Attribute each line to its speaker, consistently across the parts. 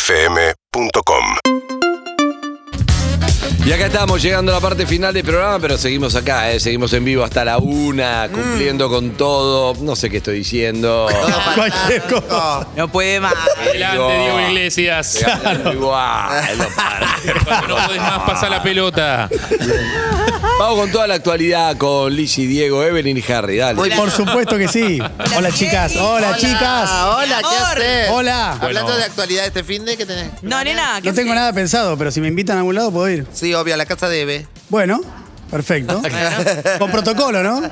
Speaker 1: UrbanaPlayFM.com
Speaker 2: Y acá estamos llegando a la parte final del programa, pero seguimos acá, ¿eh? seguimos en vivo hasta la una, cumpliendo con todo. No sé qué estoy diciendo.
Speaker 3: Cualquier cosa.
Speaker 4: No puede más.
Speaker 5: Adelante,
Speaker 2: Digo.
Speaker 5: Diego Iglesias.
Speaker 2: Estoy hablando igual, no paro.
Speaker 5: Cuando no podés más pasar la pelota.
Speaker 2: Vamos con toda la actualidad con Lizzie, Diego, Evelyn y Harry. Dale.
Speaker 3: Por supuesto que sí. Hola, chicas. Hola, chicas.
Speaker 6: Ah, hola, ¿qué
Speaker 4: Amor.
Speaker 6: haces?
Speaker 3: Hola.
Speaker 6: Hablando
Speaker 5: Bueno.
Speaker 6: de actualidad este fin de que tenés.
Speaker 4: No, nena. ¿qué
Speaker 3: No tengo
Speaker 4: haces?
Speaker 3: nada pensado, pero si me invitan a algún lado puedo ir.
Speaker 6: Sí, obvio, a la casa de Eve.
Speaker 3: Bueno, perfecto. Con protocolo, ¿no?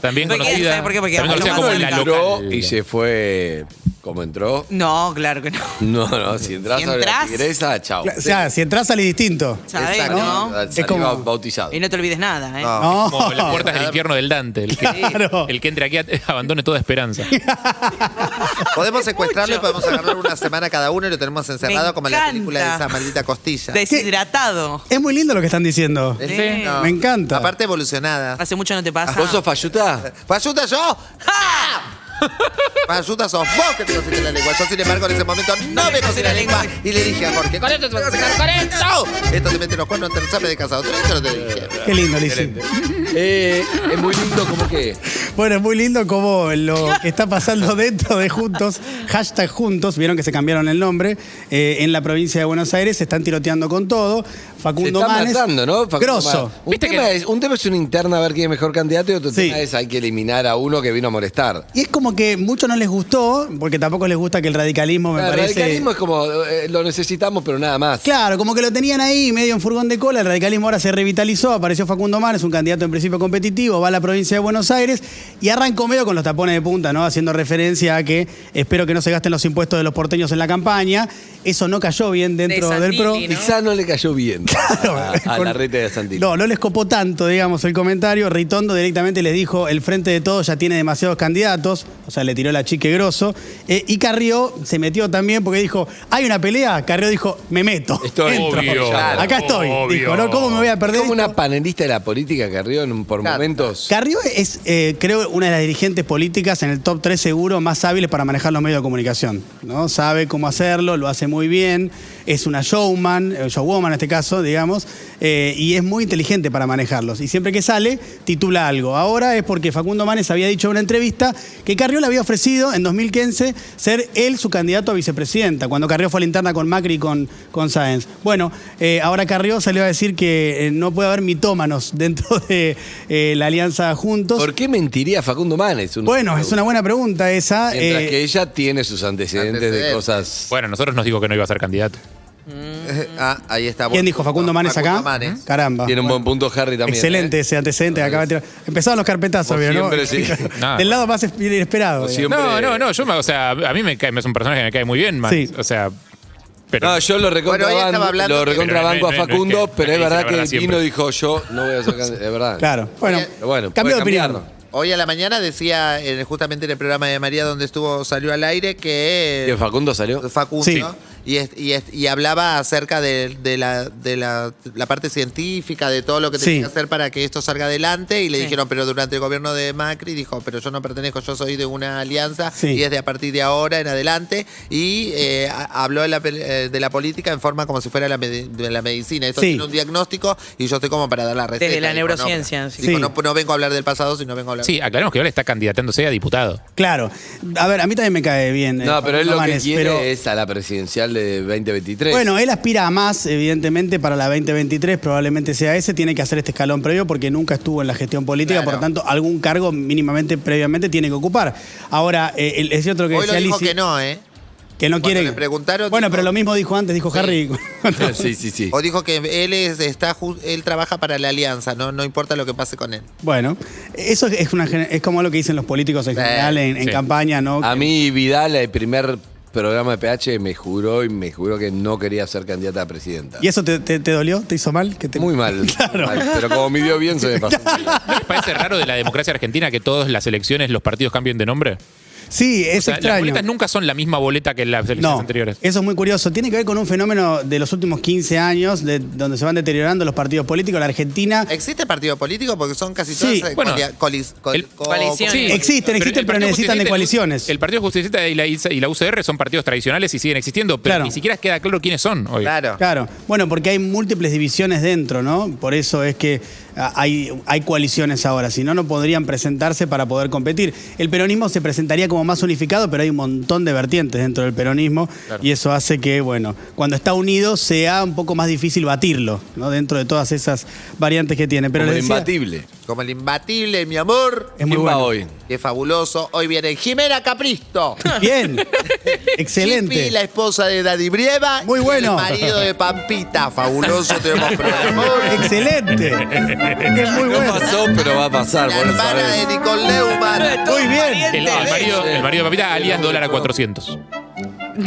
Speaker 5: También
Speaker 4: ¿Por qué?
Speaker 5: conocida-
Speaker 4: ¿Sabes por qué? Porque
Speaker 5: también
Speaker 4: hablo
Speaker 5: conocida
Speaker 4: más
Speaker 5: como
Speaker 4: alto.
Speaker 5: la
Speaker 2: Entró
Speaker 5: local.
Speaker 2: y se fue. ¿Cómo entró?
Speaker 4: No, claro que no.
Speaker 2: No, no, si entras
Speaker 4: Si
Speaker 2: a la
Speaker 4: entras.
Speaker 2: tigresa, chao.
Speaker 3: O sea, si entras salís distinto.
Speaker 4: ¿Sabes?
Speaker 6: Exacto.
Speaker 4: ¿no?
Speaker 2: Salí
Speaker 3: Es como-
Speaker 2: bautizado.
Speaker 4: Y no te olvides nada, ¿eh?
Speaker 6: No.
Speaker 3: No.
Speaker 5: Como las puertas del infierno del Dante. El que,
Speaker 3: Claro.
Speaker 5: el que entre aquí at- abandone toda esperanza.
Speaker 6: Podemos secuestrarlo y podemos agarrar una semana cada uno y lo tenemos encerrado
Speaker 4: Me
Speaker 6: como en la
Speaker 4: encanta.
Speaker 6: película de esa maldita costilla.
Speaker 4: Deshidratado.
Speaker 3: Es muy lindo lo que están diciendo.
Speaker 6: ¿Sí?
Speaker 4: Sí.
Speaker 6: No.
Speaker 3: Me encanta.
Speaker 6: Aparte evolucionada.
Speaker 4: Hace mucho no te pasa. Ah,
Speaker 2: ¿Vos sos Fayuta?
Speaker 6: ¡Payuta yo! ¡Payuta sos vos que te cocina la lengua! Yo, sin embargo, en ese momento no me cociné la lengua. Y le dije a Jorge, ¡con esto te vas a sacar! ¡Con esto! Esto te mete los cuernos entre el chape de casado. Pero esto no te dije.
Speaker 3: Qué lindo, Lizzy.
Speaker 2: Eh, es muy lindo, como que?
Speaker 3: Bueno, es muy lindo como lo que está pasando dentro de Juntos, hashtag Juntos, vieron que se cambiaron el nombre, eh, en la provincia de Buenos Aires, se están tiroteando con todo.
Speaker 2: Se
Speaker 3: Facundo
Speaker 2: está
Speaker 3: Manes.
Speaker 2: matando, ¿no? Facundo
Speaker 3: grosso.
Speaker 2: Manes. Un
Speaker 5: Viste
Speaker 2: tema,
Speaker 5: que-
Speaker 2: es, un tema es una interna a ver quién es mejor candidato y otro
Speaker 3: Sí.
Speaker 2: tema es hay que eliminar a uno que vino a molestar.
Speaker 3: Y es como que mucho no les gustó, porque tampoco les gusta que el radicalismo me
Speaker 2: el
Speaker 3: parece.
Speaker 2: radicalismo es como eh, lo necesitamos, pero nada más.
Speaker 3: Claro, como que lo tenían ahí, medio en furgón de cola, el radicalismo ahora se revitalizó, apareció Facundo Manes, un candidato en principio competitivo, va a la provincia de Buenos Aires y arrancó medio con los tapones de punta, ¿no? Haciendo referencia a que espero que no se gasten los impuestos de los porteños en la campaña. Eso no cayó bien dentro
Speaker 4: De
Speaker 3: del PRO.
Speaker 4: Santilli, ¿no?
Speaker 2: Quizá no le cayó bien a, a
Speaker 3: Con-
Speaker 2: la reta de Santilli.
Speaker 3: No, no les copó tanto, digamos, el comentario. Ritondo directamente les dijo, el Frente de Todos ya tiene demasiados candidatos, o sea, le tiró la chique grosso. Eh, y Carrió se metió también porque dijo, hay una pelea. Carrió dijo, me meto.
Speaker 2: Estoy- Obvio.
Speaker 3: Claro. Acá estoy.
Speaker 5: Obvio.
Speaker 3: Dijo, ¿no? ¿Cómo me voy a
Speaker 2: Es
Speaker 3: perder?
Speaker 2: como
Speaker 3: esto?
Speaker 2: una panelista de la política que arriba en un- por
Speaker 6: Claro.
Speaker 2: momentos.
Speaker 3: Carrió es, eh, creo, una de las dirigentes políticas en el top 3 seguro más hábiles para manejar los medios de comunicación. ¿no? Sabe cómo hacerlo, lo hace muy bien, es una showman, eh, showwoman en este caso, digamos, eh, y es muy inteligente para manejarlos. Y siempre que sale, titula algo. Ahora es porque Facundo Manes había dicho en una entrevista que Carrió le había ofrecido en 2015 ser él su candidato a vicepresidenta, cuando Carrió fue a la interna con Macri y con, con Sáenz. Bueno, eh, ahora Carrió salió a decir que eh, no puede haber mitómanos dentro de eh, la alianza Juntos.
Speaker 2: ¿Por qué mentiría Facundo Manes? Uno-
Speaker 3: Bueno, es una buena pregunta esa.
Speaker 2: Mientras
Speaker 3: eh,
Speaker 2: que ella tiene sus antecedentes, de
Speaker 6: Antecedentes.
Speaker 2: cosas.
Speaker 5: Bueno, nosotros nos dijo que no iba a ser candidato.
Speaker 6: Ah, ahí está.
Speaker 3: ¿Quién dijo Facundo Manes
Speaker 6: Facundo
Speaker 3: acá? Ah,
Speaker 6: Manes.
Speaker 3: Caramba.
Speaker 2: tiene un buen punto Harry también.
Speaker 3: Excelente
Speaker 2: ¿eh?
Speaker 3: ese antecedente. que acaba de tirar. Empezaron los carpetazos,
Speaker 2: Como siempre,
Speaker 3: ¿vieron?
Speaker 2: sí.
Speaker 5: Nada.
Speaker 3: Del lado más inesperado.
Speaker 2: Como siempre.
Speaker 3: digamos.
Speaker 5: No, no, no. Yo, me- o sea, a mí me cae, es un personaje que me cae muy bien, man.
Speaker 3: Sí.
Speaker 5: O sea, pero.
Speaker 2: No, yo lo
Speaker 6: Bueno,
Speaker 2: recontrabanco
Speaker 6: ahí estaba hablando
Speaker 2: lo
Speaker 6: que-
Speaker 2: recontrabanco
Speaker 5: Pero no, no,
Speaker 2: a
Speaker 5: no es
Speaker 2: Facundo,
Speaker 5: que-
Speaker 2: pero es
Speaker 5: dice la
Speaker 2: verdad que
Speaker 5: verdad
Speaker 2: vino
Speaker 5: siempre.
Speaker 2: y dijo yo no voy a sacar, es verdad.
Speaker 3: Claro. Bueno,
Speaker 2: Pero bueno,
Speaker 3: cambio
Speaker 2: puede
Speaker 3: de opinión.
Speaker 2: cambiarlo.
Speaker 6: Hoy a la mañana decía, eh, justamente en el programa de María, donde estuvo, salió al aire, que.
Speaker 2: ¿Y Facundo salió?
Speaker 3: Eh,
Speaker 6: Facundo.
Speaker 3: Sí.
Speaker 6: Y, es- y es- y hablaba acerca de, de la, de la- la parte científica, de todo lo que tenía
Speaker 3: Sí.
Speaker 6: que hacer para que esto salga adelante. Y le
Speaker 4: Sí.
Speaker 6: dijeron, pero durante el gobierno de Macri, dijo, pero yo no pertenezco, yo soy de una alianza
Speaker 3: Sí.
Speaker 6: y es de a partir de ahora en adelante. Y eh, ha- habló de la, pel- eh, de la política en forma como si fuera la medi- de la medicina. Esto
Speaker 3: Sí.
Speaker 6: tiene un diagnóstico y yo estoy como para dar la receta.
Speaker 4: Desde la
Speaker 6: Dijo, no,
Speaker 4: neurociencia, sí.
Speaker 6: dijo,
Speaker 3: Sí.
Speaker 6: no, no vengo a hablar del pasado, sino vengo a hablar
Speaker 5: Sí, aclaremos que ahora está candidatándose a diputado.
Speaker 3: Claro. A ver, a mí también me cae bien. eh,
Speaker 2: No, pero él
Speaker 3: Facundo
Speaker 2: lo que
Speaker 3: Manes,
Speaker 2: quiere
Speaker 3: pero-
Speaker 2: es a la presidencial de 2023.
Speaker 3: Bueno, él aspira a más, evidentemente, para la 2023, probablemente sea ese, tiene que hacer este escalón previo porque nunca estuvo en la gestión política, por lo tanto, algún cargo mínimamente previamente tiene que ocupar. Ahora, eh, el- es cierto que
Speaker 6: Hoy lo
Speaker 3: decía
Speaker 6: dijo
Speaker 3: Lizzy,
Speaker 6: que no, ¿eh?
Speaker 3: que no
Speaker 6: Cuando
Speaker 3: quiere.
Speaker 6: le preguntaron,
Speaker 3: bueno,
Speaker 6: dijo-
Speaker 3: pero lo mismo dijo antes, dijo Harry.
Speaker 2: sí, sí, sí.
Speaker 6: O dijo que él es- está ju- él trabaja para la alianza, no, no importa lo que pase con él.
Speaker 3: bueno, eso es, una, gen- es como lo que dicen los políticos en
Speaker 6: Sí,
Speaker 3: general en, en
Speaker 5: sí.
Speaker 3: campaña, ¿no?
Speaker 2: A mí Vidal, el primer programa de PH, me juró y me juró que no quería ser candidata a presidenta.
Speaker 3: ¿Y eso te, te- te dolió? ¿Te hizo mal? ¿Que te-
Speaker 2: Muy mal.
Speaker 3: Claro.
Speaker 2: mal, Pero como midió bien, se me pasó.
Speaker 5: ¿No les parece raro de la democracia argentina que todas las elecciones los partidos cambien de nombre?
Speaker 3: Sí, es
Speaker 5: O sea, las
Speaker 3: extraño.
Speaker 5: boletas nunca son la misma boleta que en las elecciones
Speaker 3: No,
Speaker 5: anteriores.
Speaker 3: eso es muy curioso. Tiene que ver con un fenómeno de los últimos 15 años, de, donde se van deteriorando los partidos políticos. La Argentina
Speaker 6: ¿Existe partido político? Porque son casi
Speaker 3: Sí,
Speaker 6: todas eh,
Speaker 5: bueno,
Speaker 6: colia- colis- col-
Speaker 5: el-
Speaker 6: co-
Speaker 4: Coaliciones.
Speaker 6: co-
Speaker 4: Sí.
Speaker 3: Existen, existen, pero
Speaker 5: el Partido
Speaker 3: necesitan de
Speaker 5: Justicialista y la-
Speaker 3: coaliciones.
Speaker 5: El Partido Justicialista y la, y la UCR son partidos tradicionales y siguen existiendo, pero
Speaker 3: Claro.
Speaker 5: ni siquiera queda claro quiénes son hoy.
Speaker 6: Claro.
Speaker 3: Claro, bueno, porque hay múltiples divisiones dentro, ¿no? Por eso es que ah, hay, hay coaliciones ahora, si no, no podrían presentarse para poder competir. El peronismo se presentaría como más unificado, pero hay un montón de vertientes dentro del peronismo y eso hace que, bueno, cuando está unido sea un poco más difícil batirlo, ¿no? Dentro de todas esas variantes que tiene. Pero
Speaker 2: Como
Speaker 3: les decía-
Speaker 2: imbatible.
Speaker 6: Como el imbatible, mi amor.
Speaker 3: es muy
Speaker 2: ¿Quién va
Speaker 3: bueno.
Speaker 2: hoy?
Speaker 6: Qué fabuloso. Hoy viene Jimena Capristo.
Speaker 3: Bien,
Speaker 6: Chipi, la
Speaker 3: excelente.
Speaker 6: esposa de Daddy Brieva.
Speaker 3: Muy
Speaker 6: y
Speaker 3: bueno.
Speaker 6: el marido de Pampita. Fabuloso, tenemos programa hoy.
Speaker 3: Excelente. Es muy
Speaker 2: No
Speaker 3: bueno.
Speaker 2: pasó, pero va a pasar.
Speaker 6: La
Speaker 2: vos lo
Speaker 6: hermana
Speaker 2: sabés.
Speaker 6: de Nicole Neumann.
Speaker 3: Muy bien.
Speaker 5: El, el marido, el marido de Papita, alias dólar a 400.
Speaker 3: Claro,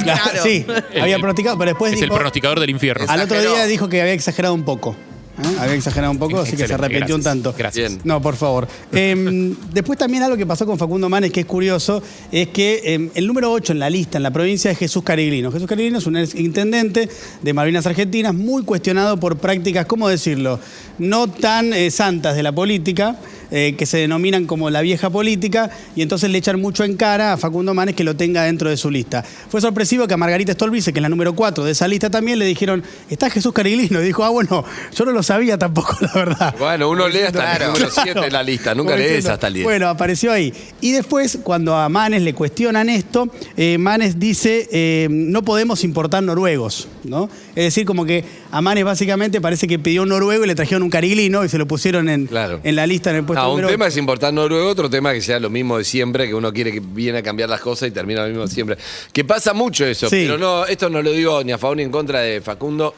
Speaker 6: Claro.
Speaker 3: Sí,
Speaker 5: El-
Speaker 3: había
Speaker 5: el-
Speaker 3: pronosticado, pero después
Speaker 5: Es el
Speaker 3: Pues dijo...
Speaker 5: pronosticador del infierno.
Speaker 3: Al otro día
Speaker 6: Exageró.
Speaker 3: dijo que había exagerado un poco. ¿eh? Había exagerado un poco, así que se
Speaker 5: Excelente,
Speaker 3: arrepintió un
Speaker 5: gracias.
Speaker 3: tanto.
Speaker 5: Gracias.
Speaker 2: Bien.
Speaker 3: No, por favor. Em, después también algo que pasó con Facundo Manes, que es curioso, es que em, el número 8 en la lista en la provincia es Jesús Cariglino. Jesús Cariglino es un ex intendente de Malvinas Argentinas, muy cuestionado por prácticas, ¿cómo decirlo? No tan eh, santas de la política, eh, que se denominan como la vieja política, y entonces le echan mucho en cara a Facundo Manes que lo tenga dentro de su lista. Fue sorpresivo que a Margarita Stolbizer, que es la número 4 de esa lista también, le dijeron, está Jesús Cariglino. Y dijo, ah, bueno, yo no lo sabía tampoco, la verdad.
Speaker 2: Bueno, uno lee hasta
Speaker 6: Claro.
Speaker 2: el número 7
Speaker 3: Claro.
Speaker 2: de la lista, nunca
Speaker 3: Como
Speaker 2: lees
Speaker 3: diciendo,
Speaker 2: hasta el 10.
Speaker 3: Bueno, apareció ahí. Y después, cuando a Manes le cuestionan esto, eh, Manes dice, eh, no podemos importar noruegos, ¿no? Es decir, como que a Manes básicamente parece que pidió un noruego y le trajeron un cariglino y se lo pusieron en,
Speaker 2: Claro.
Speaker 3: en la lista, en el puesto
Speaker 2: Ah, un
Speaker 3: número
Speaker 2: tema es importante Noruega, otro tema que sea lo mismo de siempre, que uno quiere que viene a cambiar las cosas y termina lo mismo de siempre. Que pasa mucho eso,
Speaker 3: Sí.
Speaker 2: pero no, esto no lo digo ni a favor ni en contra de Facundo.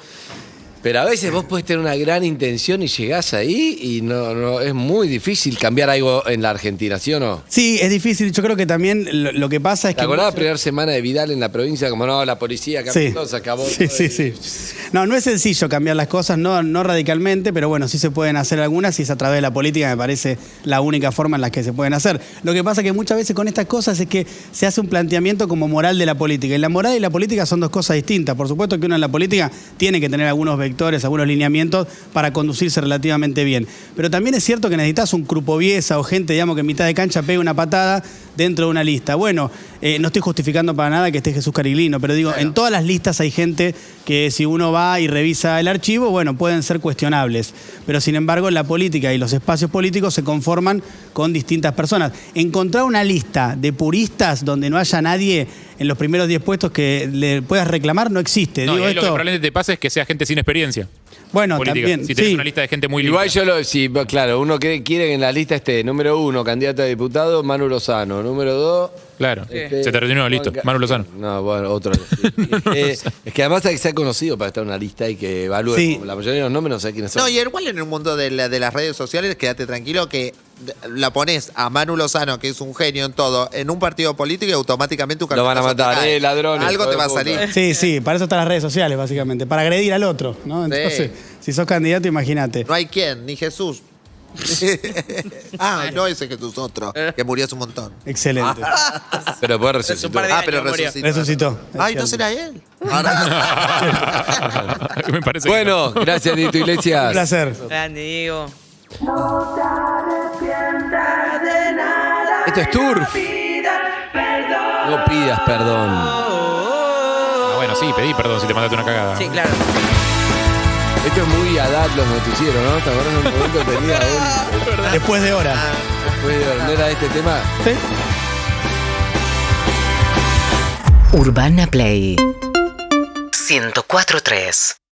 Speaker 2: Pero a veces vos puedes tener una gran intención y llegás ahí y no, no es muy difícil cambiar algo en la Argentina, ¿sí o no?
Speaker 3: Sí, es difícil. Yo creo que también lo, lo que pasa es
Speaker 2: ¿Te
Speaker 3: que...
Speaker 2: acordás la primera semana de Vidal en la provincia? Como no, la policía, acá
Speaker 3: Sí.
Speaker 2: Mendoza, acabó.
Speaker 3: Sí,
Speaker 2: todo
Speaker 3: sí,
Speaker 2: y-
Speaker 3: sí. No, no es sencillo cambiar las cosas, no, no radicalmente, pero bueno, sí se pueden hacer algunas y es a través de la política, me parece la única forma en la que se pueden hacer. Lo que pasa que muchas veces con estas cosas es que se hace un planteamiento como moral de la política. Y la moral y la política son dos cosas distintas. Por supuesto que uno en la política tiene que tener algunos vectores, algunos lineamientos para conducirse relativamente bien. Pero también es cierto que necesitas un crupoviesa o gente, digamos, que en mitad de cancha pegue una patada dentro de una lista. Bueno, eh, no estoy justificando para nada que esté Jesús Cariglino, pero digo, en todas las listas hay gente que si uno va y revisa el archivo, bueno, pueden ser cuestionables. Pero sin embargo, la política y los espacios políticos se conforman con distintas personas. Encontrar una lista de puristas donde no haya nadie en los primeros 10 puestos que le puedas reclamar no existe.
Speaker 5: No, y
Speaker 3: digo
Speaker 5: ahí lo que
Speaker 3: esto.
Speaker 5: probablemente te pasa es que sea gente sin experiencia
Speaker 3: Bueno,
Speaker 5: política.
Speaker 3: también.
Speaker 5: si tenés
Speaker 3: sí.
Speaker 5: una lista de gente muy
Speaker 2: Igual
Speaker 5: lista.
Speaker 2: yo lo, sí, bueno, claro, uno cree- quiere que en la lista esté número uno, candidato a diputado, Manu Lozano, número dos.
Speaker 5: Claro.
Speaker 2: este,
Speaker 5: Se terminó,
Speaker 2: Juan
Speaker 5: listo.
Speaker 2: Ca-
Speaker 5: Manu Lozano.
Speaker 2: No, bueno, otro. Eh, es que además hay que ser conocido para estar en una lista y que evalúe.
Speaker 3: Sí.
Speaker 2: La mayoría de los nombres no sabe quiénes son.
Speaker 6: No, y igual en el mundo de, la- de las redes sociales, quédate tranquilo que la pones a Manu Lozano, que es un genio en todo, en un partido político y automáticamente tu
Speaker 2: Lo van a
Speaker 6: carpetazo te
Speaker 2: matar,
Speaker 6: cae.
Speaker 2: eh, ladrones,
Speaker 6: Algo
Speaker 2: hijo
Speaker 6: te
Speaker 2: de
Speaker 6: va a
Speaker 2: puta.
Speaker 6: salir.
Speaker 3: Sí, sí, para eso están las redes sociales, básicamente, para agredir al otro, ¿no? Entonces, si sos candidato, imagínate.
Speaker 6: No hay quien, ni Jesús. ah, no ese Jesús, otro, que murió hace un montón.
Speaker 3: Excelente.
Speaker 2: Pero puede
Speaker 4: Es un
Speaker 2: resucitar.
Speaker 4: par de
Speaker 6: Ah, pero
Speaker 4: años murió.
Speaker 6: resucitó.
Speaker 3: Resucitó.
Speaker 6: Ay, no será él. Ahora-
Speaker 5: Me parece que
Speaker 2: Bueno, gracias, Dito Iglesias.
Speaker 3: Un placer.
Speaker 4: Grande, Diego.
Speaker 2: Esto es Turf. No pidas perdón.
Speaker 5: Ah, bueno, sí, pedí perdón si te mandaste una cagada.
Speaker 4: Sí, claro.
Speaker 2: Esto es muy Haddad los noticieros, ¿no? ¿Te acuerdas en un momento tenía un...
Speaker 3: Después de horas.
Speaker 2: Después de ¿no era este tema?
Speaker 3: Sí.
Speaker 7: Urbana Play 104.3